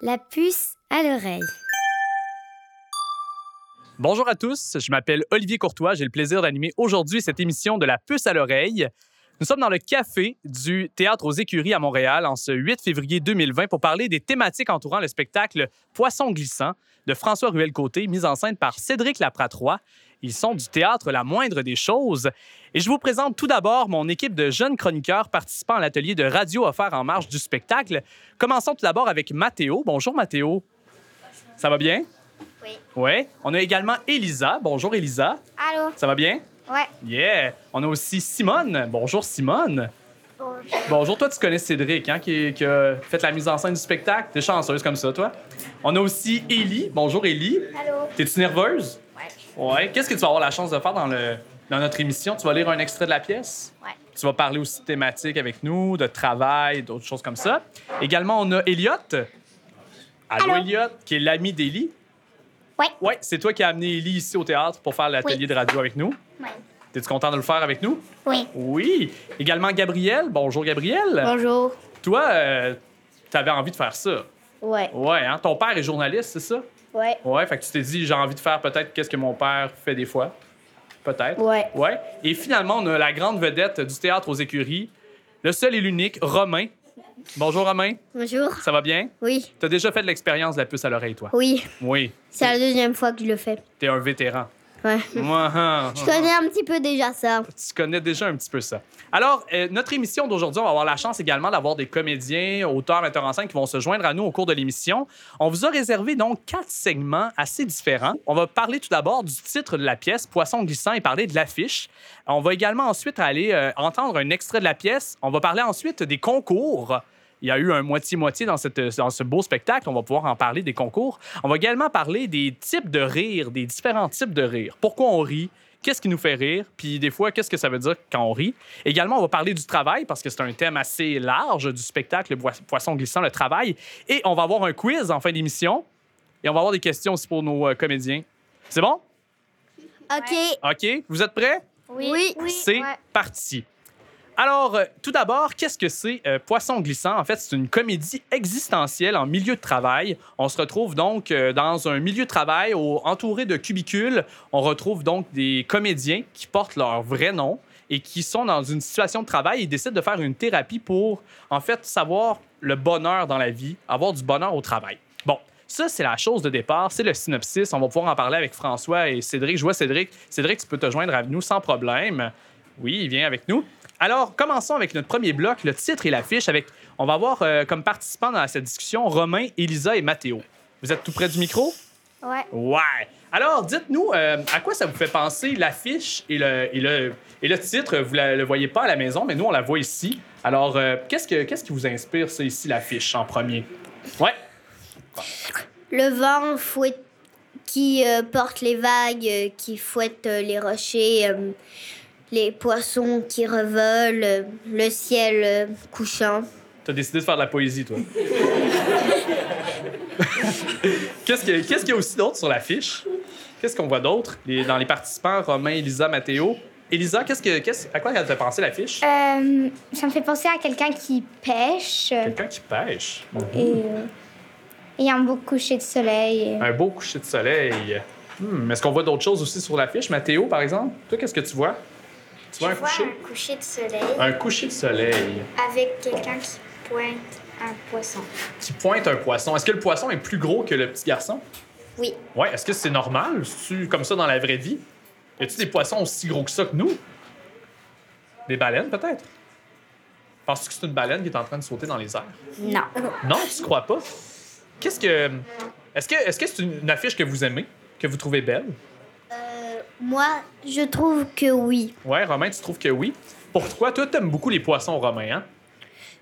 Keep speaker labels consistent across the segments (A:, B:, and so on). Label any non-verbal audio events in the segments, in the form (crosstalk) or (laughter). A: La puce à l'oreille.
B: Bonjour à tous, je m'appelle Olivier Courtois, j'ai le plaisir d'animer aujourd'hui cette émission de La puce à l'oreille. Nous sommes dans le café du Théâtre aux Écuries à Montréal en ce 8 février 2020 pour parler des thématiques entourant le spectacle Poisson glissant de François Ruel-Côté, mis en scène par Cédric Lapratrois. Ils sont du théâtre La moindre des choses. Et je vous présente tout d'abord mon équipe de jeunes chroniqueurs participant à l'atelier de radio offert en marge du spectacle. Commençons tout d'abord avec Mathéo. Bonjour Mathéo. Ça va bien?
A: Oui.
B: Oui. On a également Elisa. Bonjour Elisa.
A: Allô?
B: Ça va bien?
A: Ouais.
B: Yeah! On a aussi Simone. Bonjour, Simone.
A: Bonjour.
B: Bonjour, toi, tu connais Cédric, hein, qui, qui a fait la mise en scène du spectacle. T'es chanceuse comme ça, toi. On a aussi Élie. Bonjour, Élie.
A: Allô?
B: T'es-tu nerveuse?
A: Ouais.
B: Ouais. Qu'est-ce que tu vas avoir la chance de faire dans, le, dans notre émission? Tu vas lire un extrait de la pièce?
A: Ouais.
B: Tu vas parler aussi de thématiques avec nous, de travail, d'autres choses comme ça. Également, on a Elliot. Allô,
A: Allô.
B: Elliot, qui est l'ami d'Élie.
A: Ouais.
B: Ouais, c'est toi qui as amené Élie ici au théâtre pour faire l'atelier
A: Oui.
B: de radio avec nous.
A: Ouais.
B: T'es-tu content de le faire avec nous?
A: Oui.
B: Oui. Également Gabriel. Bonjour Gabriel.
A: Bonjour.
B: Toi, euh, t'avais envie de faire ça.
A: Ouais.
B: Ouais, hein? Ton père est journaliste, c'est ça?
A: Ouais.
B: Ouais, fait que tu t'es dit, j'ai envie de faire peut-être qu'est-ce que mon père fait des fois. Peut-être.
A: Ouais.
B: Ouais. Et finalement, on a la grande vedette du théâtre aux écuries, le seul et l'unique, Romain. Bonjour Romain,
A: Bonjour.
B: ça va bien?
A: Oui.
B: T'as déjà fait de l'expérience de la puce à l'oreille, toi?
A: Oui.
B: Oui.
A: C'est la deuxième fois que je le fais.
B: T'es un vétéran.
A: Ouais.
B: Moi, hein,
A: Je connais un petit peu déjà ça.
B: tu connais déjà un petit peu ça. Alors, euh, notre émission d'aujourd'hui, on va avoir la chance également d'avoir des comédiens, auteurs, metteurs en scène qui vont se joindre à nous au cours de l'émission. On vous a réservé donc quatre segments assez différents. On va parler tout d'abord du titre de la pièce, Poisson glissant, et parler de l'affiche. On va également ensuite aller euh, entendre un extrait de la pièce. On va parler ensuite des concours. Il y a eu un moitié-moitié dans, cette- dans ce beau spectacle. On va pouvoir en parler des concours. On va également parler des types de rire, des différents types de rire. Pourquoi on rit? Qu'est-ce qui nous fait rire? Puis des fois, qu'est-ce que ça veut dire quand on rit? Également, on va parler du travail parce que c'est un thème assez large du spectacle Boi- Poisson glissant, le travail. Et on va avoir un quiz en fin d'émission. Et on va avoir des questions aussi pour nos euh, comédiens. C'est bon?
A: Ok.
B: OK? Vous êtes prêts?
A: Oui.
B: c'est parti. Alors, euh, tout d'abord, qu'est-ce que c'est euh, Poisson glissant? En fait, c'est une comédie existentielle en milieu de travail. On se retrouve donc euh, dans un milieu de travail au- entouré de cubicules. On retrouve donc des comédiens qui portent leur vrai nom et qui sont dans une situation de travail et décident de faire une thérapie pour, en fait, savoir le bonheur dans la vie, avoir du bonheur au travail. Bon, ça, c'est la chose de départ, c'est le synopsis. On va pouvoir en parler avec François et Cédric. Je vois Cédric. Cédric, tu peux te joindre à nous sans problème. Oui, il vient avec nous. Alors, commençons avec notre premier bloc, le titre et l'affiche. Avec, on va avoir euh, comme participants dans cette discussion Romain, Elisa et Mathéo. Vous êtes tout près du micro?
A: Ouais.
B: Ouais. Alors, dites-nous, euh, à quoi ça vous fait penser l'affiche et le, et, le, et le titre? Vous ne le voyez pas à la maison, mais nous, on la voit ici. Alors, euh, qu'est-ce, que, qu'est-ce qui vous inspire, ça, ici, l'affiche, en premier? Ouais.
C: Le vent fouette qui euh, porte les vagues, euh, qui fouette euh, les rochers, euh, les poissons qui revolent, euh, le ciel euh, couchant.
B: T'as décidé de faire de la poésie, toi. (laughs) qu'est-ce que- qu'est-ce qu'il y a aussi d'autre sur l'affiche? Qu'est-ce qu'on voit d'autre les- dans les participants, Romain, Elisa, Mathéo? Elisa, qu'est-ce que, qu'est-ce- à quoi elle t'a pensé l'affiche?
D: Euh, ça me fait penser à quelqu'un qui pêche euh,
B: Quelqu'un qui pêche.
D: et euh, et un beau coucher de soleil. et-
B: Un beau coucher de soleil. Hmm, Est-ce qu'on voit d'autres choses aussi sur l'affiche? Mathéo, par exemple? Toi, qu'est-ce que tu vois? Tu vois un coucher?
D: coucher de soleil
B: Un coucher de soleil
D: avec quelqu'un qui pointe un poisson.
B: qui pointe un poisson. Est-ce que le poisson est plus gros que le petit garçon?
C: Oui.
B: Ouais, est-ce que c'est normal? tu comme ça dans la vraie vie? Y a-tu des poissons aussi gros que ça que nous? Des baleines, peut-être? Penses-tu que c'est une baleine qui est en train de sauter dans les airs?
C: Non.
B: Non, tu crois pas? Qu'est-ce que. Est-ce que est-ce que c'est une une affiche que vous aimez? Que vous trouvez belle?
C: Moi, je trouve que oui.
B: Ouais, Romain, tu trouves que oui? Pourquoi? Toi, t'aimes beaucoup les poissons, Romain, hein?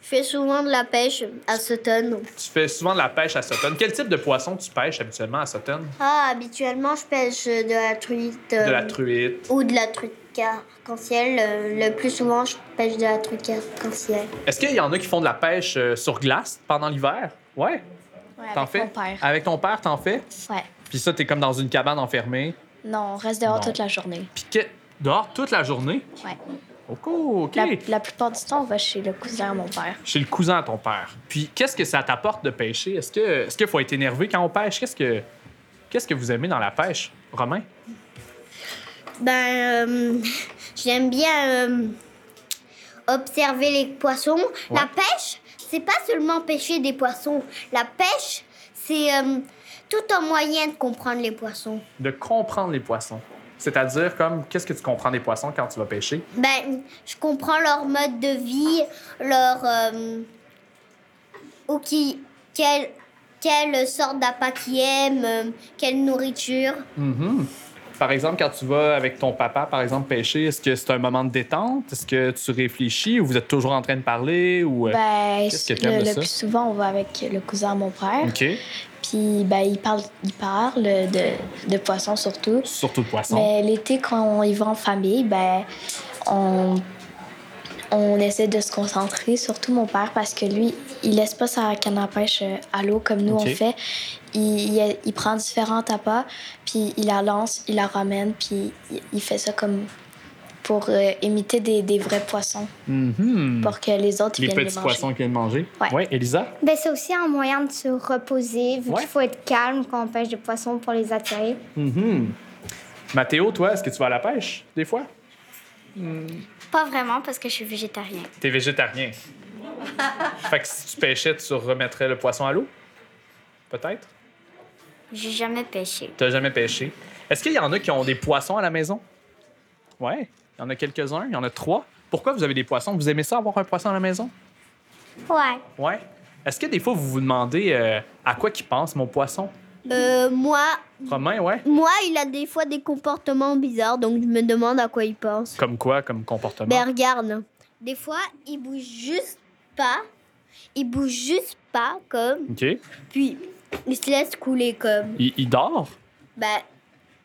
C: Je fais souvent de la pêche à Sutton.
B: Tu fais souvent de la pêche à Sutton. Quel type de poisson tu pêches habituellement à Sutton?
C: Ah, habituellement, je pêche de la truite. euh,
B: De la truite.
C: Ou de la truite arc-en-ciel. Euh, le plus souvent, je pêche de la truite arc-en-ciel.
B: Est-ce qu'il y en a qui font de la pêche euh, sur glace pendant l'hiver? Ouais.
E: Ouais,
B: T'en
E: avec
B: fais?
E: mon père.
B: Avec ton père, t'en fais?
E: Ouais.
B: Puis ça, t'es comme dans une cabane enfermée.
E: Non, on reste dehors
B: Non.
E: toute la journée.
B: Puis que- dehors toute la journée.
E: Ouais.
B: Oh, OK.
E: La, la plupart du temps, on va chez le cousin à mon père.
B: Chez le cousin à ton père. Puis, qu'est-ce que ça t'apporte de pêcher? Est-ce que est-ce qu'il faut être énervé quand on pêche? Qu'est-ce que qu'est-ce que vous aimez dans la pêche, Romain?
C: Ben, euh, (laughs) j'aime bien euh, observer les poissons. La pêche, c'est pas seulement pêcher des poissons. La pêche, c'est euh, tout un moyen de comprendre les poissons.
B: De comprendre les poissons. C'est-à-dire, comme, qu'est-ce que tu comprends des poissons quand tu vas pêcher?
C: Ben, je comprends leur mode de vie, leur. euh, ou qui. Quelle, quelle sorte d'appât qu'ils aiment, euh, quelle nourriture.
B: Mhm. Par exemple, quand tu vas avec ton papa, par exemple, pêcher, est-ce que c'est un moment de détente? Est-ce que tu réfléchis ou vous êtes toujours en train de parler? Ou... euh,
E: Ben,
B: Qu'est-ce que t'aimes
E: le,
B: de
E: le
B: ça?
E: plus souvent, on va avec le cousin à mon père.
B: OK.
E: Puis, ben, il parle, il parle de, de poissons surtout.
B: Surtout de poissons.
E: Mais l'été, quand on y va en famille, ben, on, on essaie de se concentrer, surtout mon père, parce que lui, il laisse pas sa canne à pêche euh, à l'eau comme nous
B: Ok.
E: on fait. Il, il- il prend différents appâts, puis il la lance, il la ramène, puis il, il fait ça comme pour euh, imiter des, des vrais poissons,
B: Mhm.
E: pour que les autres
B: Les
E: viennent les
B: petits
E: manger.
B: poissons qui viennent manger.
E: Ouais.
B: Ouais, Elisa?
D: Ben, c'est aussi un moyen de se reposer, vu
B: Ouais.
D: qu'il faut être calme quand on pêche des poissons pour les attirer.
B: Mhm. Mathéo, toi, est-ce que tu vas à la pêche des fois?
D: Pas vraiment, parce que je suis végétarien.
B: T'es
E: (laughs)
B: végétarien. fait que si tu pêchais, tu remettrais le poisson à l'eau? Peut-être?
D: J'ai jamais pêché.
B: T'as jamais pêché. Est-ce qu'il y en a qui ont des poissons à la maison? Ouais, il y en a quelques-uns, il y en a trois. Pourquoi vous avez des poissons? Vous aimez ça avoir un poisson à la maison?
D: Ouais.
B: Ouais. Est-ce que des fois vous vous demandez euh, à quoi qu'il pense mon poisson?
C: Euh, moi,
B: Romain, ouais.
C: moi, il a des fois des comportements bizarres, donc je me demande à quoi il pense.
B: Comme quoi, comme comportement?
C: Ben, regarde. Des fois, il bouge juste pas. Il bouge juste pas, comme.
B: OK.
C: Puis, il se laisse couler, comme.
B: Il, il dort?
C: Ben,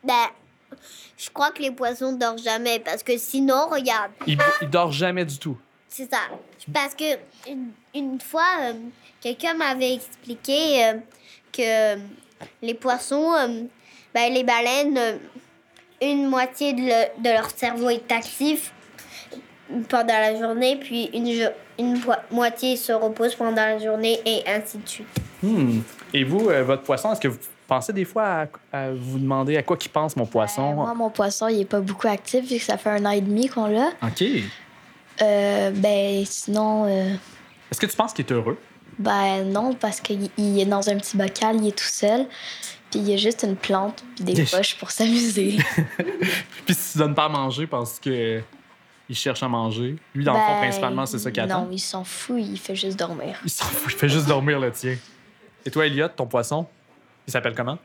C: ben, je crois que les poissons dorment jamais, parce que sinon, regarde.
B: Il, il dort jamais du tout.
C: C'est ça. Parce que une, une fois, euh, quelqu'un m'avait expliqué euh, que euh, les poissons, euh, ben, les baleines, euh, une moitié de, le- de leur cerveau est actif pendant la journée, puis une, jo- une po- moitié se repose pendant la journée, et ainsi de suite.
B: Hmm. Et vous, euh, votre poisson, est-ce que vous pensez des fois à, à vous demander à quoi qu'il pense mon
E: Euh,
B: poisson?
E: moi, mon poisson, il est pas beaucoup actif, vu que ça fait un an et demi qu'on l'a.
B: OK. Est-ce
E: Euh, ben, sinon... euh,
B: que tu penses qu'il est heureux?
E: Ben non, parce qu'il il est dans un petit bocal, il est tout seul, puis il y a juste une plante puis des
B: Yes.
E: poches pour s'amuser.
B: Puis si tu donnes pas à manger parce que il cherche à manger, lui dans le fond
E: Ben,
B: principalement c'est ça qu'il attend.
E: Non, il s'en fout, il fait juste dormir.
B: Il s'en fout, il fait juste dormir le tien. Et toi Elliot, ton poisson, il s'appelle comment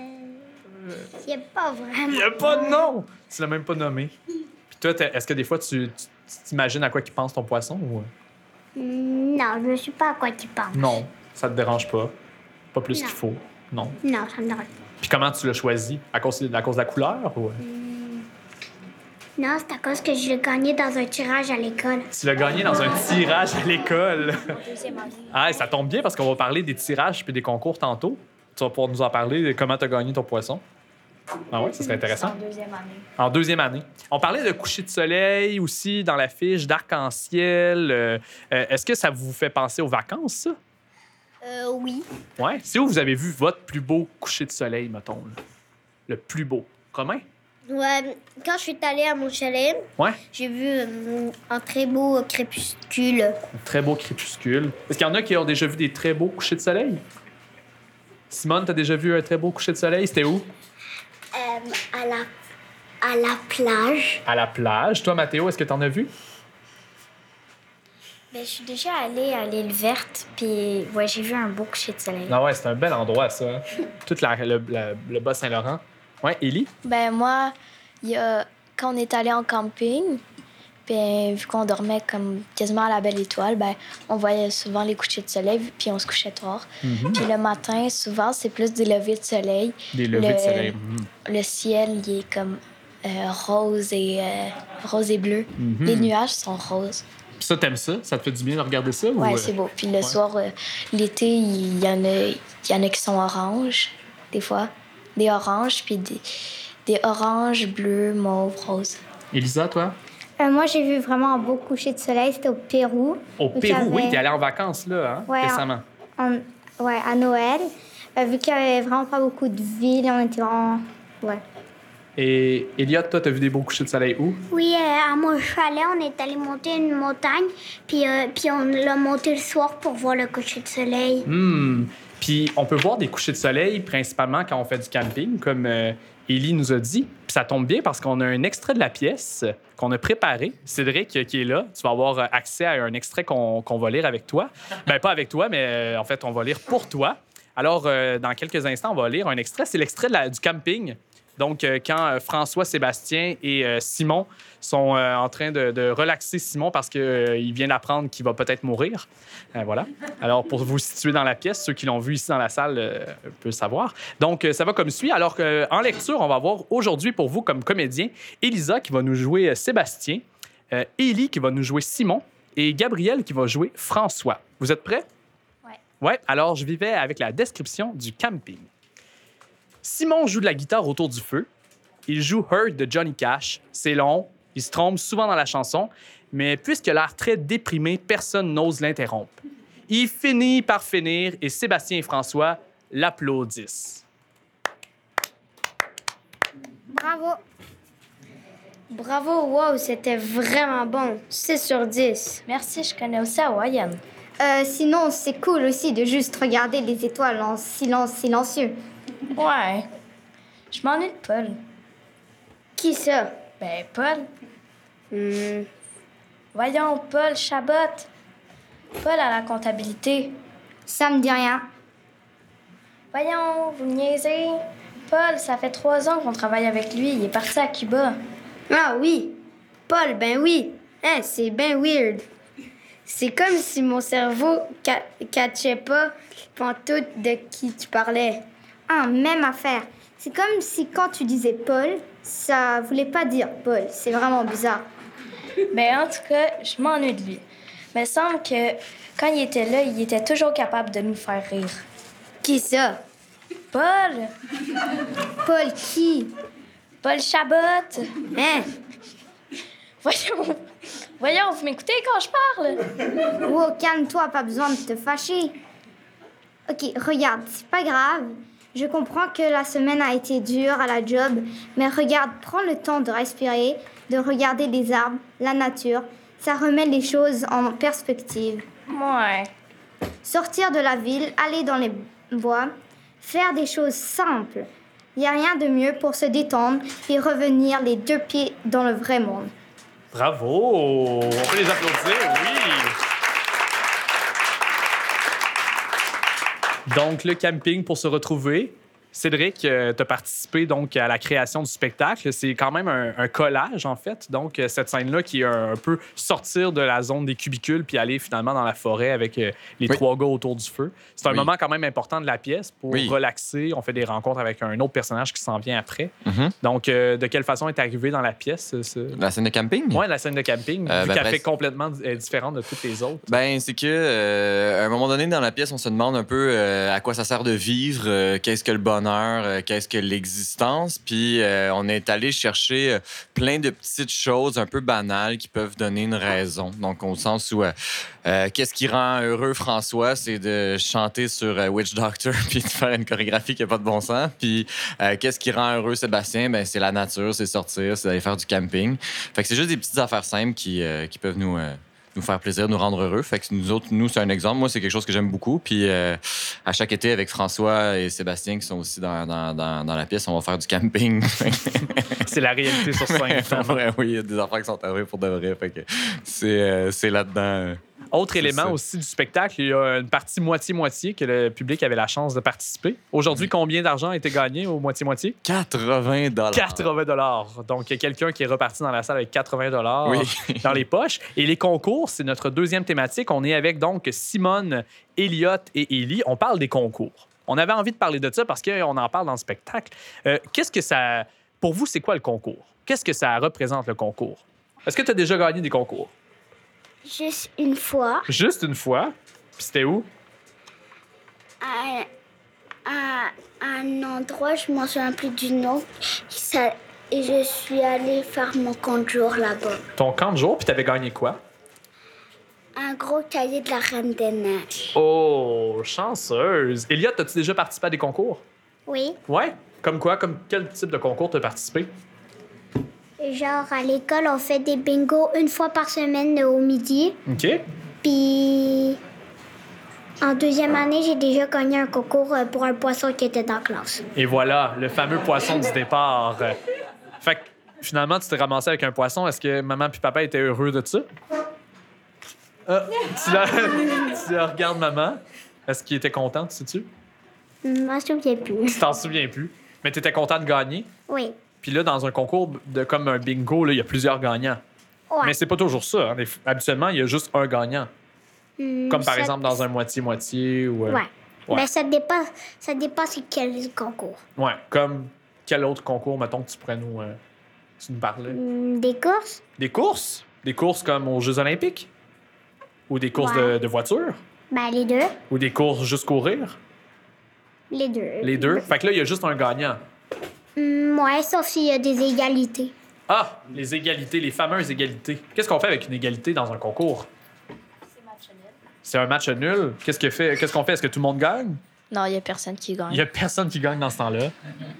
D: Il n'y Euh, a pas vraiment.
B: Il a pas de nom. Tu l'as même pas nommé. Puis toi, t'es- est-ce que des fois tu tu- tu t'imagines à quoi qu'il pense ton poisson ou
D: Non, je ne sais pas à quoi tu parles.
B: non, ça te dérange pas, pas plus
D: Non.
B: qu'il faut. Non.
D: Non, ça me dérange.
B: Puis comment tu l'as choisi à cause à cause de la couleur ou
D: Non, c'est à cause que je l'ai gagné dans un tirage à l'école.
B: Tu l'as gagné dans un tirage à l'école. Ah, ça tombe bien parce qu'on va parler des tirages puis des concours tantôt. Tu vas pouvoir nous en parler de comment tu as gagné ton poisson. Ah ouais, ça serait intéressant.
E: deuxième année.
B: En deuxième année. On parlait de coucher de soleil aussi dans la fiche, d'arc-en-ciel. Euh, euh, Est-ce que ça vous fait penser aux vacances, ça?
C: Euh, oui.
B: Ouais. C'est où vous avez vu votre plus beau coucher de soleil, mettons? là? Le plus beau. Romain?
C: Ouais, quand je suis allée à mon chalet,
B: Ouais.
C: j'ai vu euh, un très beau crépuscule.
B: Un très beau crépuscule. Est-ce qu'il y en a qui ont déjà vu des très beaux couchers de soleil? Simone, t'as déjà vu un très beau coucher de soleil? C'était où?
D: Euh, à, la, à la plage.
B: À la plage. Toi, Mathéo, est-ce que t'en as vu?
D: Ben, je suis déjà allée à l'île verte, puis ouais, j'ai vu un beau coucher de soleil.
B: Non, ouais, c'est un bel endroit, (laughs) ça. Tout le, la- le Bas-Saint-Laurent. Ouais, Élie?
E: Ben moi, il y a- quand on est allé en camping, ben, vu qu'on dormait comme quasiment à la belle étoile, ben, on voyait souvent les couchers de soleil, puis on se couchait tard. Puis le matin, souvent, c'est plus des levées de soleil.
B: Mhm. Des levées
E: Le-
B: de soleil. Mhm.
E: le ciel il est comme euh, rose et euh, rose et bleu.
B: Mhm.
E: Les nuages sont roses.
B: Puis ça, t'aimes ça? Ça te fait du bien de regarder ça?
E: Ouais,
B: ou... euh,
E: c'est beau. Puis le
B: ouais.
E: soir, euh, l'été, il y en a il y en a qui sont oranges des fois, des oranges puis des des oranges bleus, mauve, rose.
B: Elisa, toi?
D: Euh, moi, j'ai vu vraiment un beau coucher de soleil. C'était au Pérou.
B: Au
D: Vu qu'il y
B: Pérou, oui,
D: avait-
B: t'es allé en vacances, là, hein,
D: Ouais,
B: récemment.
D: en- ouais, à Noël. Euh, vu qu'il y avait vraiment pas beaucoup de villes, on était vraiment... Ouais.
B: Et Elliot, toi, t'as vu des beaux couchers de soleil où?
D: Oui, euh, à mon chalet, on est allé monter une montagne, puis, euh, puis on l'a monté le soir pour voir le coucher de soleil.
B: Hmm. Puis on peut voir des couchers de soleil principalement quand on fait du camping, comme euh, Ellie nous a dit. Puis ça tombe bien parce qu'on a un extrait de la pièce qu'on a préparé. Cédric euh, qui est là, tu vas avoir euh, accès à un extrait qu'on qu'on va lire avec toi. Ben pas avec toi, mais euh, en fait on va lire pour toi. Alors euh, dans quelques instants, on va lire un extrait. C'est l'extrait de la- du camping. Donc euh, quand euh, François, Sébastien et euh, Simon sont euh, en train de, de relaxer Simon parce qu'il vient d'apprendre qu'il va peut-être mourir. Euh, voilà. Alors, pour vous situer dans la pièce, ceux qui l'ont vu ici dans la salle euh, peuvent savoir. Donc, euh, ça va comme suit. Alors qu'en lecture, on va voir aujourd'hui pour vous, comme comédien, Elisa qui va nous jouer euh, Sébastien, euh, Élie qui va nous jouer Simon et Gabriel qui va jouer François. Vous êtes prêts? Oui. Ouais. Alors, je vivais avec la description du camping. Simon joue de la guitare autour du feu. Il joue Hurt de Johnny Cash. C'est long. Il se trompe souvent dans la chanson. Mais puisqu'il a l'air très déprimé, personne n'ose l'interrompre. Il finit par finir et Sébastien et François l'applaudissent.
C: Bravo. Bravo, wow, c'était vraiment bon. 6 sur 10.
E: Merci, je connais aussi Hawaiian.
D: Euh, sinon, c'est cool aussi de juste regarder les étoiles en silence silencieux.
E: Ouais. Je m'ennuie de Paul.
C: Qui ça?
E: Ben, Paul.
C: Hmm,
E: Voyons, Paul Chabot. Paul à la comptabilité.
D: Ça me dit rien.
E: Voyons, vous me niaisez. Paul, ça fait trois ans qu'on travaille avec lui. Il est parti à Cuba.
C: Ah oui, Paul, ben oui. Hein, c'est ben weird. C'est comme si mon cerveau ca- catchait pas pantoute de qui tu parlais.
D: Ah, même affaire. C'est comme si quand tu disais Paul, ça voulait pas dire Paul. C'est vraiment bizarre.
E: Mais en tout cas, je m'ennuie de lui. Mais semble que quand il était là, il était toujours capable de nous faire rire.
C: Qui ça?
E: Paul!
D: Paul qui
E: Paul Chabot!
C: Hein?
E: Voyons, voyons, vous m'écoutez quand je parle?
D: Wow, calme-toi, pas besoin de te fâcher. Ok, regarde, c'est pas grave. Je comprends que la semaine a été dure à la job, mais regarde, prends le temps de respirer, de regarder les arbres, la nature. Ça remet les choses en perspective.
E: Ouais.
D: Sortir de la ville, aller dans les bois, faire des choses simples. Il n'y a rien de mieux pour se détendre et revenir les deux pieds dans le vrai monde.
B: Bravo! On peut les applaudir, oui! Donc, le camping pour se retrouver. Cédric, euh, t'as participé donc à la création du spectacle. C'est quand même un, un collage, en fait. Donc, euh, cette scène-là qui est un, un peu sortir de la zone des cubicules puis aller finalement dans la forêt avec euh, les
F: Oui.
B: trois gars autour du feu. C'est un
F: Oui.
B: moment quand même important de la pièce pour
F: Oui.
B: relaxer. On fait des rencontres avec un autre personnage qui s'en vient après.
F: Mhm.
B: Donc, euh, de quelle façon est arrivé dans la pièce euh, ce,
F: La scène de camping?
B: Ouais, la scène de camping,
F: Euh,
B: vu
F: ben,
B: qu'elle
F: presque.
B: fait complètement euh, différente de toutes les
F: (laughs)
B: autres.
F: Ben, c'est que euh, à un moment donné dans la pièce, on se demande un peu euh, à quoi ça sert de vivre, euh, qu'est-ce que le bonheur, euh, qu'est-ce que l'existence, puis euh, on est allé chercher euh, plein de petites choses un peu banales qui peuvent donner une raison. Donc au sens où euh, euh, qu'est-ce qui rend heureux François, c'est de chanter sur euh, Witch Doctor (laughs) puis de faire une chorégraphie qui a pas de bon sens. Puis euh, qu'est-ce qui rend heureux Sébastien, ben c'est la nature, c'est sortir, c'est d'aller faire du camping. Fait que c'est juste des petites affaires simples qui, euh, qui peuvent nous euh, nous faire plaisir, nous rendre heureux. Fait que nous autres, nous, c'est un exemple. Moi, c'est quelque chose que j'aime beaucoup. Puis euh, à chaque été, avec François et Sébastien, qui sont aussi dans, dans, dans, dans la pièce, on va faire du camping.
B: C'est la réalité sur scène.
F: (laughs) Pour vrai, oui, il y a des affaires qui sont arrivées pour de vrai. Fait que c'est euh, c'est là-dedans. euh.
B: Autre
F: C'est
B: élément
F: ça.
B: aussi du spectacle, il y a une partie moitié-moitié que le public avait la chance de participer. Aujourd'hui,
F: Mm.
B: combien d'argent a été gagné au moitié-moitié?
F: 80 dollars.
B: 80 dollars. Donc, il y a quelqu'un qui est reparti dans la salle avec 80 dollars
F: Oui.
B: (laughs) dans les poches. Et les concours, c'est notre deuxième thématique. On est avec donc Simone, Elliot et Ellie. On parle des concours. On avait envie de parler de ça parce qu'on en parle dans le spectacle. Euh, Qu'est-ce que ça... Pour vous, c'est quoi le concours? Qu'est-ce que ça représente, le concours? Est-ce que tu as déjà gagné des concours?
D: Juste une fois,
B: Juste une fois. Puis c'était où?
D: à, un endroit, je m'en souviens plus du nom, ça,
G: et je suis allée faire mon camp de jour là-bas.
B: Ton camp de jour, puis t'avais gagné quoi?
G: Un gros cahier de la Reine des Neiges.
B: Oh, chanceuse. Elliot, as-tu déjà participé à des concours?
G: Oui,
B: Ouais. Comme quoi? Comme quel type de concours t'as participé?
G: genre à l'école, on fait des bingos une fois par semaine au midi.
B: OK.
G: Puis en deuxième année, j'ai déjà gagné un concours euh, pour un poisson qui était dans la classe.
B: Et voilà, le fameux poisson du départ. Fait que finalement, tu t'es ramassé avec un poisson. Est-ce que maman puis papa étaient heureux de ça? Ah, tu, la... (laughs) tu la regardes maman. Est-ce qu'il était content, tu sais-tu?
G: Je m'en souviens plus.
B: Tu t'en souviens plus. Mais tu étais content de gagner.
G: Oui.
B: Puis là, dans un concours de comme un bingo, là, il y a plusieurs gagnants.
G: Ouais.
B: Mais c'est pas toujours ça. hein. Des- Habituellement, il y a juste un gagnant. Comme par
G: ça-
B: exemple dans un moitié-moitié ou. euh,
G: Ouais.
B: Ouais.
G: Mais ça dépend, ça dépend c'est quel concours.
B: ouais. Comme quel autre concours, mettons, que tu pourrais nous, euh, tu nous parler?
G: Hmm, Des courses?
B: Des courses? Des courses comme aux Jeux Olympiques? Ou des courses de,
G: Ouais.
B: de voiture?
G: Ben, les deux.
B: Ou des courses juste courir?
G: Les deux.
B: Les deux? Fait que là, il y a juste un gagnant.
G: Hmm, ouais, sauf s'il y a des égalités.
B: Ah! Les égalités, les fameuses égalités. Qu'est-ce qu'on fait avec une égalité dans un concours? C'est un match nul. Qu'est-ce que fait- qu'est-ce qu'on fait? Est-ce que tout le monde gagne?
E: Non, il n'y a personne qui gagne.
B: Il y a personne qui gagne dans ce temps-là.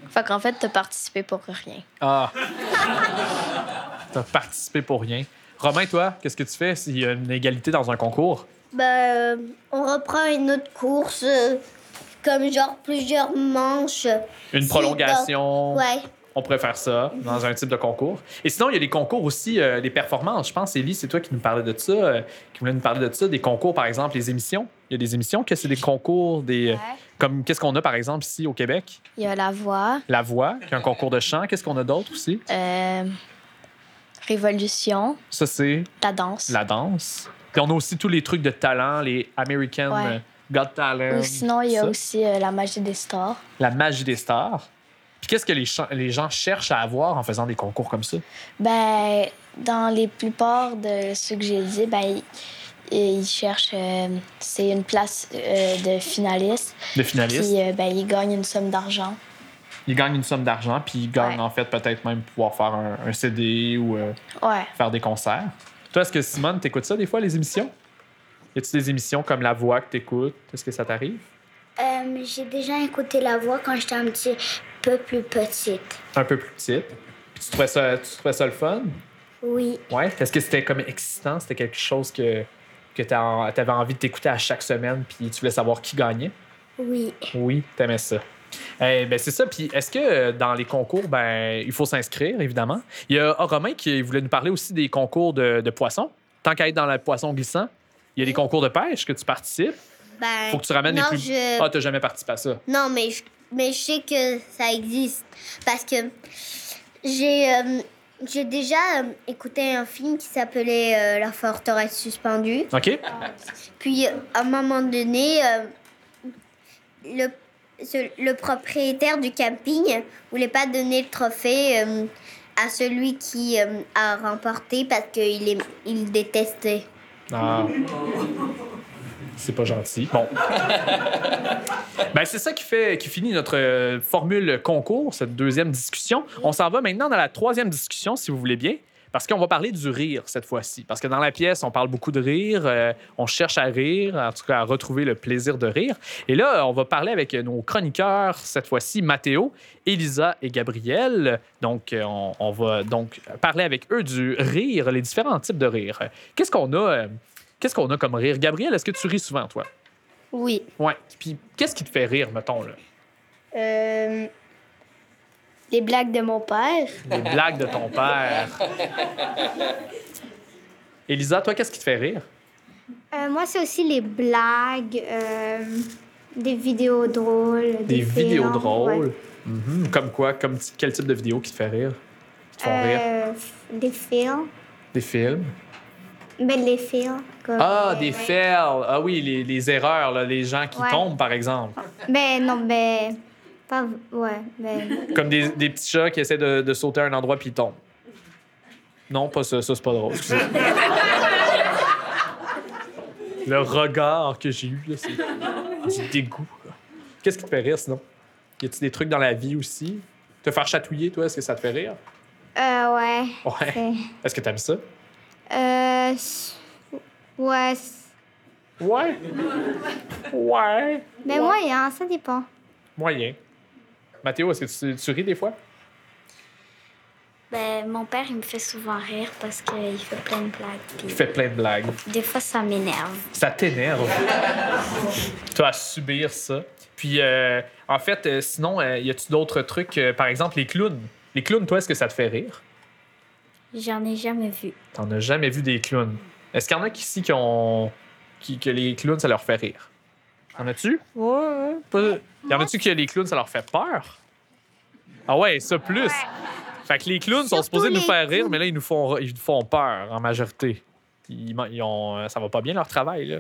E: Fait qu'en fait, t'as participé pour rien.
B: Ah! T'as participé pour rien. Romain, toi, qu'est-ce que tu fais s'il y a une égalité dans un concours?
C: Ben, euh, on reprend une autre course, euh, comme genre plusieurs manches.
B: Une
C: Si,
B: prolongation?
C: Ouais.
B: On pourrait faire ça dans un type de concours. Et sinon, il y a des concours aussi, euh, des performances. Je pense, Élie, c'est toi qui nous parlais de ça, euh, qui voulait nous parler de ça. Des concours, par exemple, les émissions. Il y a des émissions que c'est des concours, des euh, comme qu'est-ce qu'on a, par exemple, ici au Québec?
E: Il y a la voix,
B: La voix, qui est un concours de chant. Qu'est-ce qu'on a d'autre aussi?
E: euh, Révolution,
B: Ça, c'est
E: la danse.
B: la danse. Puis on a aussi tous les trucs de talent, les American
E: Ouais.
B: euh, Got Talent.
E: Ou sinon, il y a
B: ça.
E: aussi euh, la magie des stars.
B: La magie des stars. Puis qu'est-ce que les, cha- les gens cherchent à avoir en faisant des concours comme ça?
E: Ben, dans les plupart de ceux que j'ai dit, ben, ils- ils cherchent. euh, c'est une place euh, de finaliste.
B: De finalistes?
E: Puis, euh, ben, ils gagnent une somme d'argent.
B: Ils gagnent une somme d'argent, puis ils gagnent
E: Ouais.
B: en fait peut-être même pouvoir faire un, un CD ou euh,
E: Ouais.
B: faire des concerts. Toi, est-ce que Simone, t'écoutes ça des fois, les émissions? Y a-tu des émissions comme La Voix que t'écoutes? Est-ce que ça t'arrive?
G: Euh, j'ai déjà écouté la voix quand j'étais un petit peu plus petite.
B: Un peu plus petite. Puis tu trouvais ça, tu trouvais ça le fun?
G: Oui.
B: Ouais. Est-ce que c'était comme excitant? C'était quelque chose que, que t'as- t'avais envie de t'écouter à chaque semaine, puis tu voulais savoir qui gagnait?
G: Oui.
B: Oui, t'aimais ça. Eh ben c'est ça. Puis est-ce que euh, dans les concours, ben il faut s'inscrire, évidemment. Il y a ah, Romain qui voulait nous parler aussi des concours de, de poissons. Tant qu'à être dans le poisson glissant, il y a des concours de pêche que tu participes.
C: Ben,
B: Faut que tu ramènes
C: non,
B: les plus...
C: je-
B: Ah, t'as jamais participé à ça.
C: Non, mais je, mais je sais que ça existe. Parce que j'ai euh, j'ai déjà euh, écouté un film qui s'appelait euh, La forteresse suspendue.
B: OK?
C: Puis, euh, à un moment donné, euh, le, ce- le propriétaire du camping voulait pas donner le trophée euh, à celui qui euh, a remporté parce qu'il aim- il détestait.
B: Ah. C'est pas gentil. Bon. (laughs) ben, c'est ça qui fait qui finit notre euh, formule concours, cette deuxième discussion. On s'en va maintenant dans la troisième discussion, si vous voulez bien. Parce qu'on va parler du rire cette fois-ci. Parce que dans la pièce, on parle beaucoup de rire, euh, on cherche à rire, en tout cas à retrouver le plaisir de rire. Et là, on va parler avec nos chroniqueurs cette fois-ci, Mathéo, Elisa et Gabriel. Donc, euh, on, on va donc parler avec eux du rire, les différents types de rire. Qu'est-ce qu'on a euh, Qu'est-ce qu'on a comme rire? Gabriel, est-ce que tu ris souvent, toi?
C: Oui.
B: Ouais. Puis, qu'est-ce qui te fait rire, mettons, là?
C: Euh, les blagues de mon père.
B: Les blagues de ton père. Elisa, toi, qu'est-ce qui te fait rire?
H: Euh, moi, c'est aussi les blagues, euh, des vidéos drôles.
B: Des, vidéos
H: films,
B: drôles.
H: ouais.
B: Mhm. Comme quoi? Comme t- quel type de vidéos qui te fait rire? Qui te font rire?
H: Euh, f- des films.
B: Des films?
H: Ben, les films. Comme,
B: Ah, des fails! Ah oui, les, les erreurs, là, les gens qui
H: Ouais.
B: tombent, par exemple.
H: Ben, non, ben. Pas. v- Ouais,
C: (laughs)
H: ben.
B: Comme des, des petits chats qui essaient de, de sauter à un endroit puis ils tombent. Non, pas ça, ça c'est pas drôle. excusez. Le regard que j'ai eu, là, c'est du dégoût. là. Qu'est-ce qui te fait rire sinon? Y a-t-il des trucs dans la vie aussi? Te faire chatouiller, toi, est-ce que ça te fait rire?
I: Euh, ouais.
B: Ouais.
I: c'est-
B: Est-ce que t'aimes ça?
I: Euh, s- ouais. s-
B: Ouais. Ouais.
I: Mais Ben, moyen, ça dépend.
B: Moyen. Mathéo, est-ce que tu, tu ris des fois?
G: Ben, mon père, il me fait souvent rire parce qu'il fait plein de blagues.
B: Il
G: puis
B: fait plein de blagues.
G: des fois, ça m'énerve.
B: Ça t'énerve. tu vas subir ça. Puis, euh, en fait, euh, sinon, euh, y a-tu d'autres trucs? euh, par exemple, les clowns. Les clowns, toi, est-ce que ça te fait rire?
G: J'en ai jamais vu.
B: T'en as jamais vu des clowns. Est-ce qu'il y en a qui, ici qui ont. Qui, que les clowns, ça leur fait rire? T'en as-tu? Ouais. Pas... Y en a-tu que les clowns, ça leur fait peur? Ah ouais, ça plus. Fait que les clowns sont
I: Surtout
B: supposés nous
I: les
B: faire rire, mais là, ils nous font, ils nous font peur en majorité. Ils, ils ont, euh, ça va pas bien leur travail, là.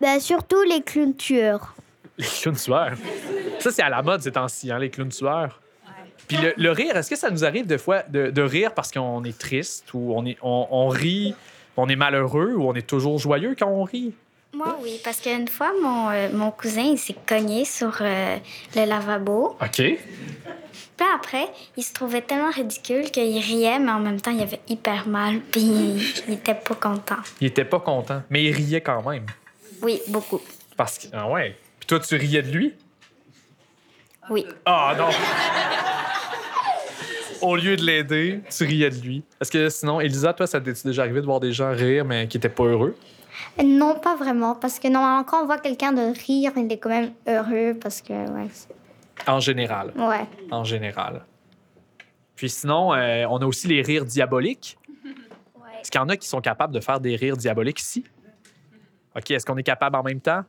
C: Ben, surtout les clowns tueurs.
B: Les clowns tueurs. Ça, c'est à la mode ces temps-ci, hein, les clowns tueurs. Puis le, le rire, est-ce que ça nous arrive des fois de, de rire parce qu'on est triste ou on, est, on, on rit, on est malheureux ou on est toujours joyeux quand on rit?
G: Moi, oui, parce qu'une fois, mon, euh, mon cousin, il s'est cogné sur euh, le lavabo.
B: OK.
G: Puis après, il se trouvait tellement ridicule qu'il riait, mais en même temps, il avait hyper mal, puis il était pas content.
B: Il était pas content, mais il riait quand même.
G: Oui, beaucoup.
B: Parce que. Ah ouais. Puis toi, tu riais de lui?
G: Oui.
B: Ah non! Au lieu de l'aider, tu riais de lui. Est-ce que sinon, Elisa, toi, ça t'est déjà arrivé de voir des gens rire, mais qui étaient pas heureux?
I: Non, pas vraiment, parce que normalement, quand on voit quelqu'un de rire, il est quand même heureux, parce que, ouais. c'est-
B: En général.
I: Ouais.
B: en général. Puis sinon, euh, on a aussi les rires diaboliques. Est-ce qu'il y en a qui sont capables de faire des rires diaboliques ici? OK, est-ce qu'on est capable en même temps?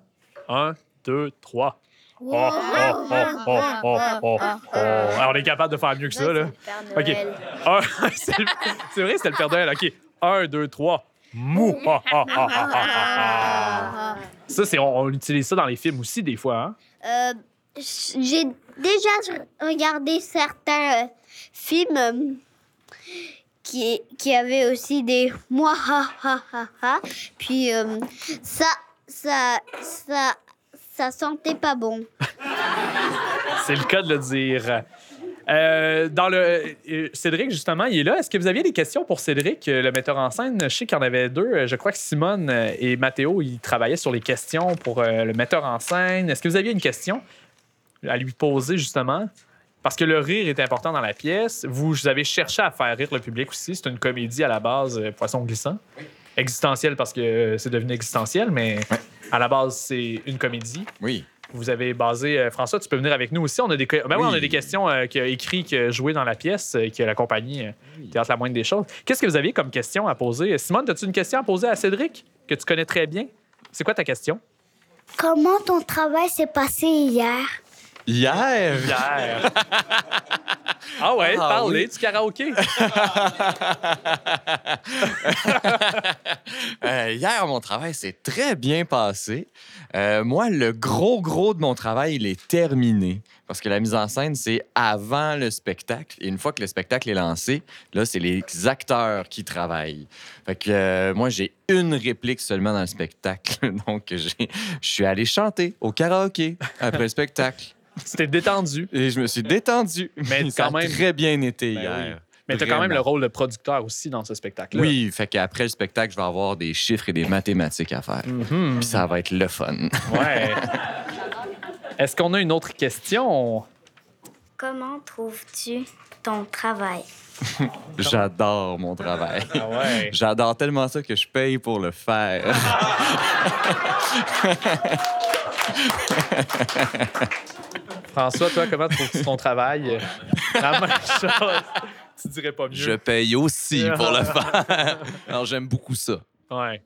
B: Un, deux, trois. Oh, oh, oh, oh, oh, oh, oh. Ah, on est capable de faire mieux que ça, là. OK. Un- (laughs) c'est c'est vrai, c'était le Père Noël. OK. Un, deux, trois. Mou. Ah, ah, ah, ah, ah, ah. Ça, c'est, on, on utilise ça dans les films aussi, des fois. Hein?
C: Euh, J'ai déjà regardé certains euh, films euh, qui, qui avaient aussi des moi ha ha ha ha. Puis euh, ça, ça, ça, ça sentait pas bon.
B: C'est le cas de le dire. Euh, dans le, euh, Cédric, justement, il est là. Est-ce que vous aviez des questions pour Cédric, euh, le metteur en scène? Je sais qu'il y en avait deux. Euh, Je crois que Simone euh, et Mathéo, ils travaillaient sur les questions pour euh, le metteur en scène. Est-ce que vous aviez une question à lui poser, justement? Parce que le rire est important dans la pièce. Vous, vous avez cherché à faire rire le public aussi. C'est une comédie à la base, euh, Poisson glissant. Existentielle parce que euh, c'est devenu existentiel, mais à la base, c'est une comédie
F: Oui.
B: vous avez basé. euh, François, tu peux venir avec nous aussi. On a des, que- ben oui,
F: Oui.
B: on a des questions euh, qu'il a écrites, qu'il a jouées dans la pièce, euh, qui a la compagnie euh, Théâtre La Moindre des Choses. Qu'est-ce que vous aviez comme question à poser? Simone, as-tu une question à poser à Cédric, que tu connais très bien? C'est quoi ta question?
C: Comment ton travail s'est passé hier
F: Hier!
B: (laughs) Pierre. ah ouais,
F: Ah
B: parler
F: oui.
B: du karaoké.
F: Euh, hier, mon travail s'est très bien passé. Euh, moi, le gros, gros de mon travail, il est terminé. Parce que la mise en scène, c'est avant le spectacle. Et une fois que le spectacle est lancé, là, c'est les acteurs qui travaillent. Fait que euh, moi, j'ai une réplique seulement dans le spectacle. (laughs) Donc, j'ai- je suis allé chanter au karaoké après le
B: (laughs)
F: spectacle.
B: (laughs) C'était détendu.
F: Et je me suis détendu.
B: Mais
F: (laughs) Ça
B: quand
F: a
B: même-
F: très bien été
B: Ben
F: hier.
B: Mais tu as quand même
F: Vraiment.
B: le rôle de producteur aussi dans ce spectacle-là.
F: Oui, fait qu'après le spectacle, je vais avoir des chiffres et des mathématiques à faire.
B: Mhm.
F: Puis ça va être le fun. (laughs)
B: Ouais. (laughs) Est-ce qu'on a une autre question?
G: Comment trouves-tu ton travail?
F: J'adore mon travail.
B: (laughs) Ah ouais.
F: J'adore tellement ça que je paye pour le faire.
B: Ah, François, toi, comment trouves-tu ton travail? La même chose. Tu dirais pas mieux.
F: Je paye aussi
B: (laughs)
F: pour le faire. Alors, j'aime beaucoup ça.
B: Ouais.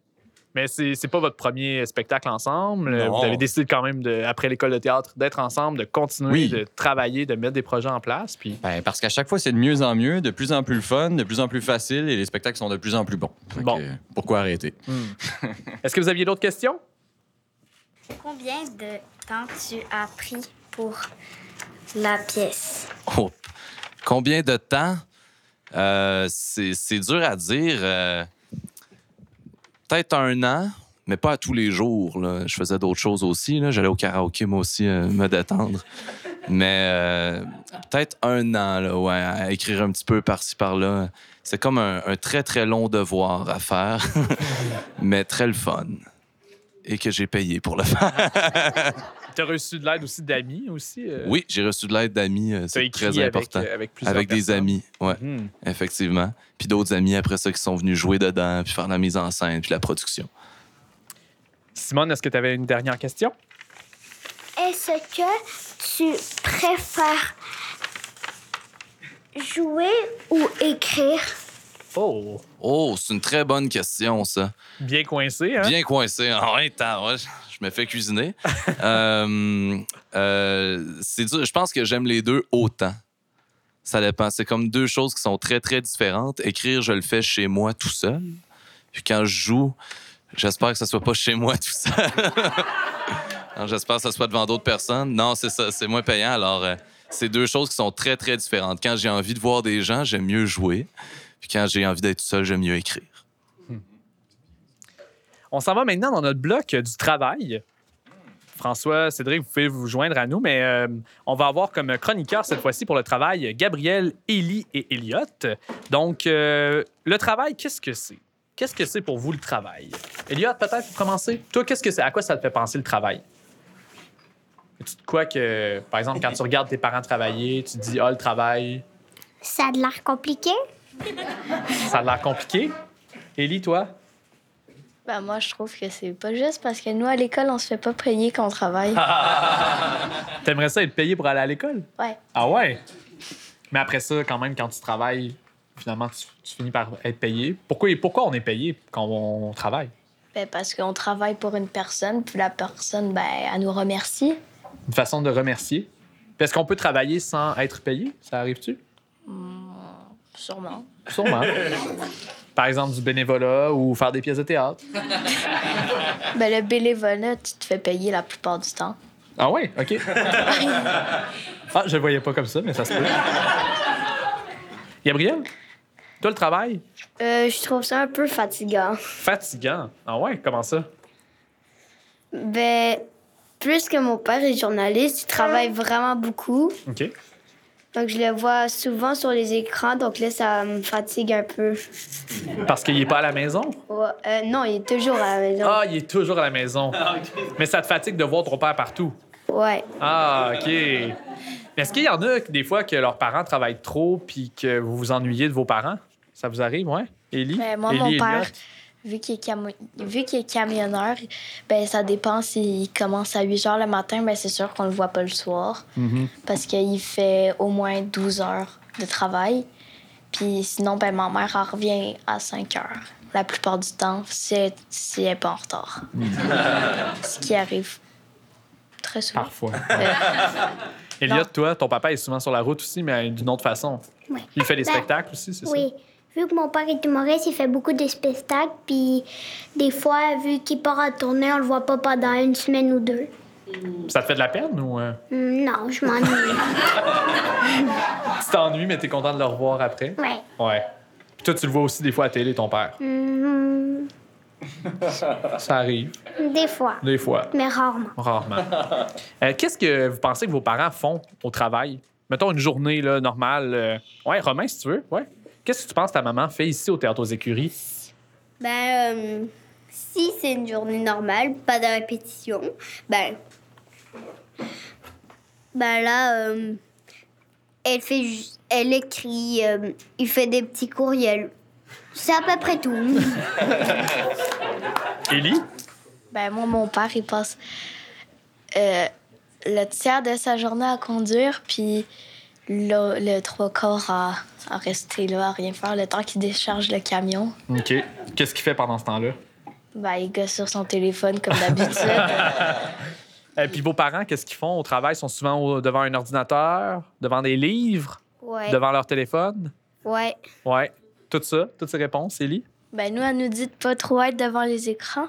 B: Mais c'est c'est pas votre premier spectacle ensemble. Euh,
F: Non.
B: Vous avez décidé quand même, de, après l'école de théâtre, d'être ensemble, de continuer
F: Oui.
B: de travailler, de mettre des projets en place. Puis
F: Ben, parce qu'à chaque fois, c'est de mieux en mieux, de plus en plus le fun, de plus en plus facile et les spectacles sont de plus en plus bons. Fait que,
B: Bon.
F: euh, pourquoi arrêter?
B: Est-ce que vous aviez d'autres questions?
G: Combien de temps tu as pris pour la pièce?
F: Oh, combien de temps? Euh, c'est c'est dur à dire. euh, Peut-être un an, mais pas à tous les jours. là. Je faisais d'autres choses aussi. là. J'allais au karaoké, moi aussi, euh, me détendre. Mais euh, peut-être un an, là, ouais, à écrire un petit peu par-ci, par-là. C'est comme un, un très, très long devoir à faire, (laughs) mais très le fun. Et que j'ai payé pour le faire.
B: Tu as reçu de l'aide aussi d'amis aussi. euh,
F: Oui, j'ai reçu de l'aide d'amis, euh,
B: t'as
F: c'est
B: écrit
F: très
B: avec,
F: important.
B: euh, Avec, plusieurs
F: Avec des
B: personnes.
F: amis, ouais,
B: Hmm.
F: effectivement. Puis d'autres amis après ça qui sont venus jouer dedans, puis faire la mise en scène, puis la production.
B: Simone, est-ce que tu avais une dernière question?
J: Est-ce que tu préfères jouer ou écrire
B: Oh!
F: Oh, c'est une très bonne question, ça.
B: Bien coincé, hein?
F: Bien coincé. (laughs) En même temps, ouais, je je me fais cuisiner. Euh, euh, c'est dur. Je pense que j'aime les deux autant. Ça dépend. C'est comme deux choses qui sont très, très différentes. Écrire, je le fais chez moi tout seul. Puis quand je joue, j'espère que ça soit pas chez moi tout seul. (laughs) Alors, j'espère que ça soit devant d'autres personnes. Non, c'est ça. C'est moins payant. Alors, euh, c'est deux choses qui sont très, très différentes. Quand j'ai envie de voir des gens, j'aime mieux jouer. Puis quand j'ai envie d'être tout seul, j'aime mieux écrire.
B: On s'en va maintenant dans notre bloc euh, du travail. François, Cédric, vous pouvez vous joindre à nous, mais euh, on va avoir comme chroniqueur cette fois-ci pour le travail Gabriel, Élie et Elliott. Donc, euh, le travail, qu'est-ce que c'est? Qu'est-ce que c'est pour vous le travail? Elliott, peut-être pour commencer? Toi, qu'est-ce que c'est? À quoi ça te fait penser le travail? Tu quoi que, par exemple, quand tu regardes tes parents travailler, tu te dis, ah, le travail,
J: Ça a de l'air compliqué.
B: ça a l'air compliqué. Élie, toi?
E: Ben, moi, je trouve que c'est pas juste parce que nous, à l'école, on se fait pas payer quand on travaille.
B: T'aimerais ça être payé pour aller à l'école?
E: Ouais.
B: Ah ouais? Mais après ça, quand même, quand tu travailles, finalement, tu, tu finis par être payé. Pourquoi, et pourquoi on est payé quand on travaille?
E: Ben, parce qu'on travaille pour une personne, puis la personne, ben, elle nous remercie.
B: Une façon de remercier. Parce qu'on peut travailler sans être payé? Ça arrive-tu?
E: Sûrement.
B: Sûrement. Par exemple, du bénévolat ou faire des pièces de théâtre.
E: Ben, le bénévolat, tu te fais payer la plupart du temps.
B: Ah ouais? OK. ah, je le voyais pas comme ça, mais ça se peut. Gabriel, toi, le travail?
E: Euh,
J: je trouve ça un peu fatigant.
B: Fatigant. Ah ouais? Comment ça?
J: Ben, plus que mon père est journaliste, il travaille vraiment beaucoup.
B: OK.
J: Donc, je le vois souvent sur les écrans. Donc, là, ça me fatigue un peu.
B: Parce qu'il est pas à la maison?
J: Ouais, euh, non, il est toujours à la maison.
B: Ah, il est toujours à la maison. Mais ça te fatigue de voir ton père partout.
J: Ouais.
B: Ah, OK. Mais est-ce qu'il y en a des fois que leurs parents travaillent trop puis que vous vous ennuyez de vos parents? Ça vous arrive, ouais? Élie?
E: Ben, moi,
B: Élie,
E: mon
B: Elliot?
E: père, vu qu'il est, camo- vu qu'il est camionneur, ben, ça dépend s'il commence à 8 heures le matin, ben, c'est sûr qu'on le voit pas le soir.
B: Mhm.
E: parce qu'il fait au moins 12 heures de travail. Puis sinon, ben, ma mère, elle revient à 5 heures la plupart du temps, si elle, si elle est pas en retard. Ce qui arrive très souvent.
B: Parfois.
E: (laughs) Euh,
B: Elliot,
E: non.
B: toi, ton papa est souvent sur la route aussi, mais d'une autre façon.
G: Ouais.
B: Il fait des
G: Ben,
B: spectacles aussi, c'est
G: Oui. Vu que mon père est humoriste, il fait beaucoup de spectacles, puis des fois, vu qu'il part en tournée, on le voit pas pendant une semaine ou deux.
B: ça? Ça te fait de la peine ou euh,
G: Hum, Non, je m'ennuie.
B: tu t'ennuies, mais t'es content de le revoir après?
G: ouais.
B: Ouais. Puis toi, tu le vois aussi des fois à télé, ton père.
G: Hum,
B: Ça arrive,
G: des fois,
B: des fois.
G: mais rarement.
B: Rarement. (laughs) Euh, Qu'est-ce que vous pensez que vos parents font au travail? Mettons une journée là, normale. euh, Ouais, Romain, si tu veux. Ouais. Qu'est-ce que tu penses que ta maman fait ici au Théâtre aux Écuries?
C: Ben, euh, si c'est une journée normale, pas de répétition, ben, ben là, euh, elle fait, ju- elle écrit, euh, il fait des petits courriels. C'est à peu près tout.
B: Élie?
E: ben, moi, mon père, il passe euh, le tiers de sa journée à conduire, puis le, le trois quarts à, à rester là, à rien faire, le temps qu'il décharge le camion.
B: OK. Qu'est-ce qu'il fait pendant ce temps-là?
E: Ben, il gosse sur son téléphone comme d'habitude.
B: (laughs) Et Euh, puis vos parents, qu'est-ce qu'ils font au travail? Ils sont souvent au- devant un ordinateur, devant des livres,
J: Ouais.
B: devant leur téléphone?
J: Ouais.
B: Ouais. Tout ça, toutes ces réponses, Élie?
E: Ben nous, elle nous dit de pas trop être devant les écrans,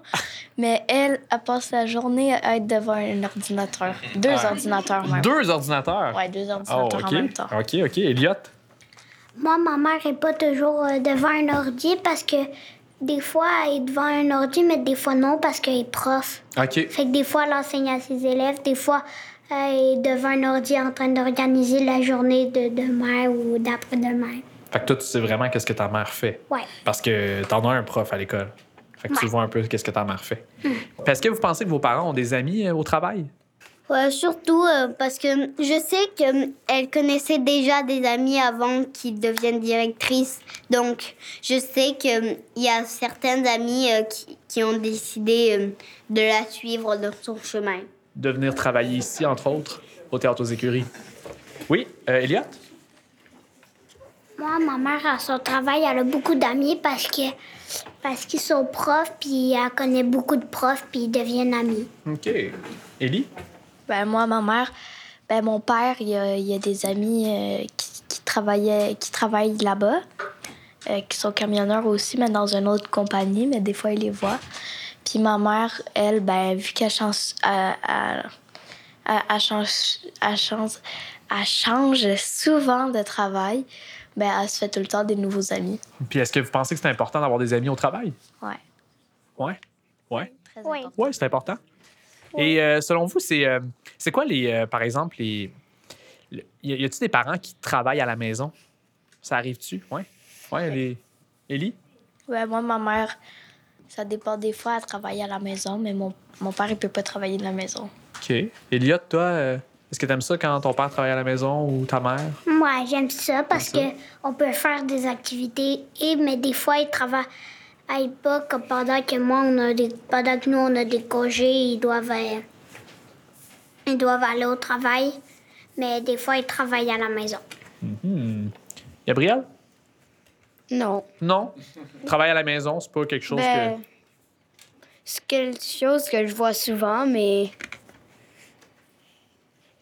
E: mais elle, elle passe la journée à être devant un ordinateur. Deux ordinateurs même.
B: Deux ordinateurs?
E: Ouais, deux
B: Oh,
E: ordinateurs
B: OK.
E: en même temps.
B: OK, OK. Elliot?
G: Moi, ma mère est pas toujours euh, devant un ordi parce que des fois, elle est devant un ordi, mais des fois non parce qu'elle est prof.
B: OK.
G: Fait que des fois, elle enseigne à ses élèves, des fois, euh, est devant un ordi en train d'organiser la journée de demain ou d'après-demain.
B: Fait que toi, tu sais vraiment qu'est-ce que ta mère fait.
G: Ouais.
B: Parce que t'en as un prof à l'école. Fait que tu vois un peu qu'est-ce que ta mère fait.
E: Hmm.
B: Puis Est-ce que vous pensez que vos parents ont des amis euh, au travail?
A: Ouais, surtout euh, parce que je sais qu'elle connaissait déjà des amis avant qu'ils deviennent directrices. Donc, je sais qu'il y a certaines amies euh, qui, qui ont décidé euh, de la suivre dans son chemin.
B: De venir travailler ici, entre autres, au Théâtre aux Écuries. Oui, euh, Elliot?
G: Moi, ma mère, à son travail, elle a beaucoup d'amis parce que parce qu'ils sont profs, puis elle connaît beaucoup de profs, puis ils deviennent amis.
B: OK. Ellie?
E: Ben, moi, ma mère, ben, mon père, il y a, il y a des amis euh, qui, qui travaillaient, qui travaillent là-bas, euh, qui sont camionneurs aussi, mais dans une autre compagnie, mais des fois, il les voit. Puis ma mère, elle, ben, vu qu'elle change, elle, elle- elle- elle change, elle change, elle change souvent de travail, ben, elle se fait tout le temps des nouveaux amis.
B: Puis est-ce que vous pensez que c'est important d'avoir des amis au travail?
E: Ouais.
B: Ouais. Ouais.
E: Très
G: Oui.
E: important.
B: Ouais, c'est important. Et euh, selon vous, c'est euh, c'est quoi les. euh, par exemple, les. le- y a- y a-t-il des parents qui travaillent à la maison? Ça arrive-tu? Ouais. Ouais, les. Ellie?
E: Ouais, moi, ma mère, ça dépend des fois, elle travaille à la maison, mais mon, mon père, il peut pas travailler de la maison.
B: OK. Elliot, toi, euh, est-ce que t'aimes ça quand ton père travaille à la maison ou ta mère?
G: Moi, j'aime ça parce
B: Comme ça.
G: que on peut faire des activités, et mais des fois, ils travaillent pas comme pendant que moi, on a des, pendant que nous, on a des congés, ils doivent, euh, ils doivent aller au travail, mais des fois, ils travaillent à la maison.
B: Gabriel?
C: Non.
B: Non. Travaille à la maison, c'est pas quelque chose
C: Ben,
B: que.
C: C'est quelque chose que je vois souvent, mais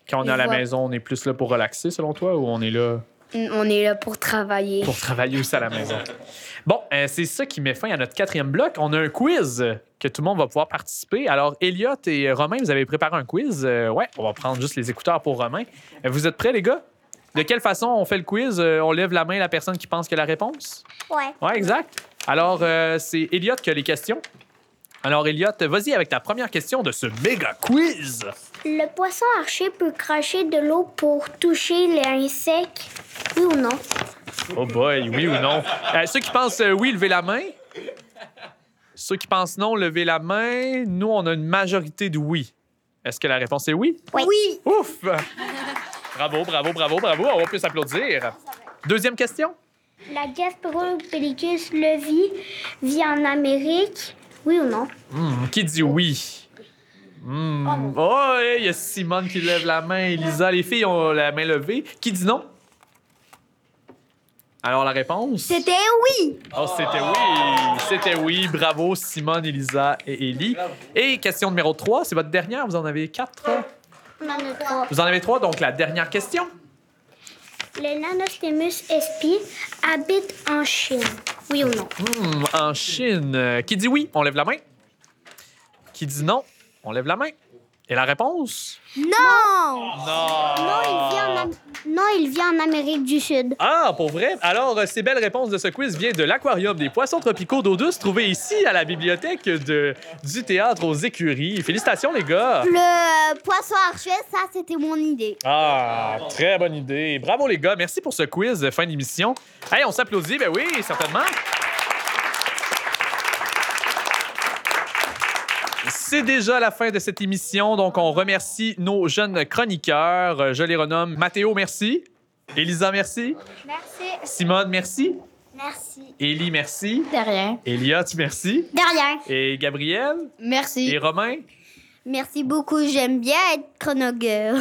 B: Quand on est à
C: je
B: la
C: vois.
B: maison, on est plus là pour relaxer, selon toi, ou on est là.
C: on est là pour travailler.
B: pour travailler aussi à la maison. Bon, euh, c'est ça qui met fin à notre quatrième bloc. On a un quiz euh, que tout le monde va pouvoir participer. Alors, Elliot et euh, Romain, vous avez préparé un quiz. Euh, ouais, on va prendre juste les écouteurs pour Romain. Euh, vous êtes prêts, les gars? De quelle façon on fait le quiz? Euh, on lève la main à la personne qui pense que la réponse?
G: Ouais.
B: Ouais, exact. Alors, euh, c'est Elliot qui a les questions. Alors, Elliot, vas-y avec ta première question de ce méga quiz.
G: Le poisson archer peut cracher de l'eau pour toucher les insectes, oui ou non?
B: Oh boy, oui ou non? Euh, ceux qui pensent euh, oui, levez la main. Ceux qui pensent non, levez la main. Nous, on a une majorité de oui. Est-ce que la réponse est oui?
A: Oui.
B: Ouf! Bravo, bravo, bravo, bravo. On va plus applaudir. Deuxième question?
G: La Gastropelicus levi vit en Amérique, oui ou non?
B: Hmm, qui dit oui? Hmm. Oh, hey, il y a Simone qui lève la main. Elisa, les filles ont la main levée. Qui dit non? Alors, la réponse?
A: C'était euh, oui.
B: Oh, c'était oui! C'était oui! Bravo, Simone, Elisa et Ellie. Et question numéro 3, c'est votre dernière, vous en avez quatre.
G: On en a trois.
B: Vous en avez trois, donc la dernière question.
G: Le Nanostemus espi habite en Chine, oui ou non?
B: Hmm, en Chine, euh, qui dit oui, on lève la main. Qui dit non, on lève la main. Et la réponse?
G: Non!
B: Non!
G: Non, il vit en, Am- non, il vit en Amérique du Sud.
B: Ah, pour vrai? Alors, euh, ces belles réponses de ce quiz viennent de l'aquarium des poissons tropicaux d'eau douce trouvé ici à la bibliothèque de, du théâtre aux écuries. Félicitations, les gars!
A: Le euh, poisson archer, ça, c'était mon idée.
B: Ah, très bonne idée. Bravo les gars, merci pour ce quiz de fin d'émission. Hey, on s'applaudit, ben oui, certainement. C'est déjà la fin de cette émission, donc on remercie nos jeunes chroniqueurs. Euh, Je les renomme Mathéo, merci. Elisa, merci.
G: Merci.
B: Simone, merci.
G: Merci.
B: Élie, merci.
E: De rien.
B: Elliot, merci.
A: Derrière.
B: Et Gabriel
A: Merci.
B: et Romain.
A: Merci beaucoup. J'aime bien être
J: (laughs)
A: chronogueur. (laughs)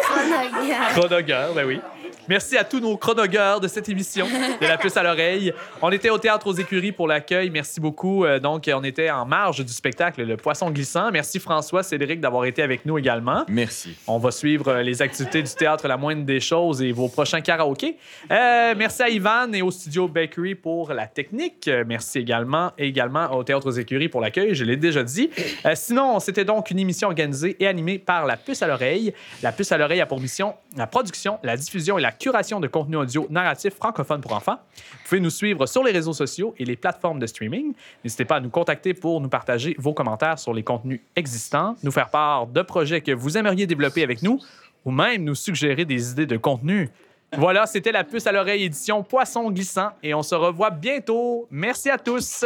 A: chronogueur.
B: Chronogueur, ben oui. Merci à tous nos chronogueurs de cette émission, de la puce à l'oreille. On était au Théâtre aux Écuries pour l'accueil. Merci beaucoup. Euh, Donc, on était en marge du spectacle Le Poisson glissant. Merci François, Cédric d'avoir été avec nous également.
F: Merci.
B: On va suivre euh, les activités du théâtre La Moindre des Choses et vos prochains karaokés. Euh, merci à Ivan et au studio Bakery pour la technique. Euh, Merci également, également au Théâtre aux Écuries pour l'accueil, je l'ai déjà dit. Euh, sinon, c'était donc une émission organisée et animée par La Puce à l'oreille. La Puce à l'oreille a pour mission la production, la diffusion et la curation de contenu audio narratif francophone pour enfants. Vous pouvez nous suivre sur les réseaux sociaux et les plateformes de streaming. N'hésitez pas à nous contacter pour nous partager vos commentaires sur les contenus existants, nous faire part de projets que vous aimeriez développer avec nous ou même nous suggérer des idées de contenu. Voilà, c'était la puce à l'oreille édition Poisson glissant et on se revoit bientôt. Merci à tous.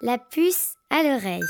K: La puce à l'oreille.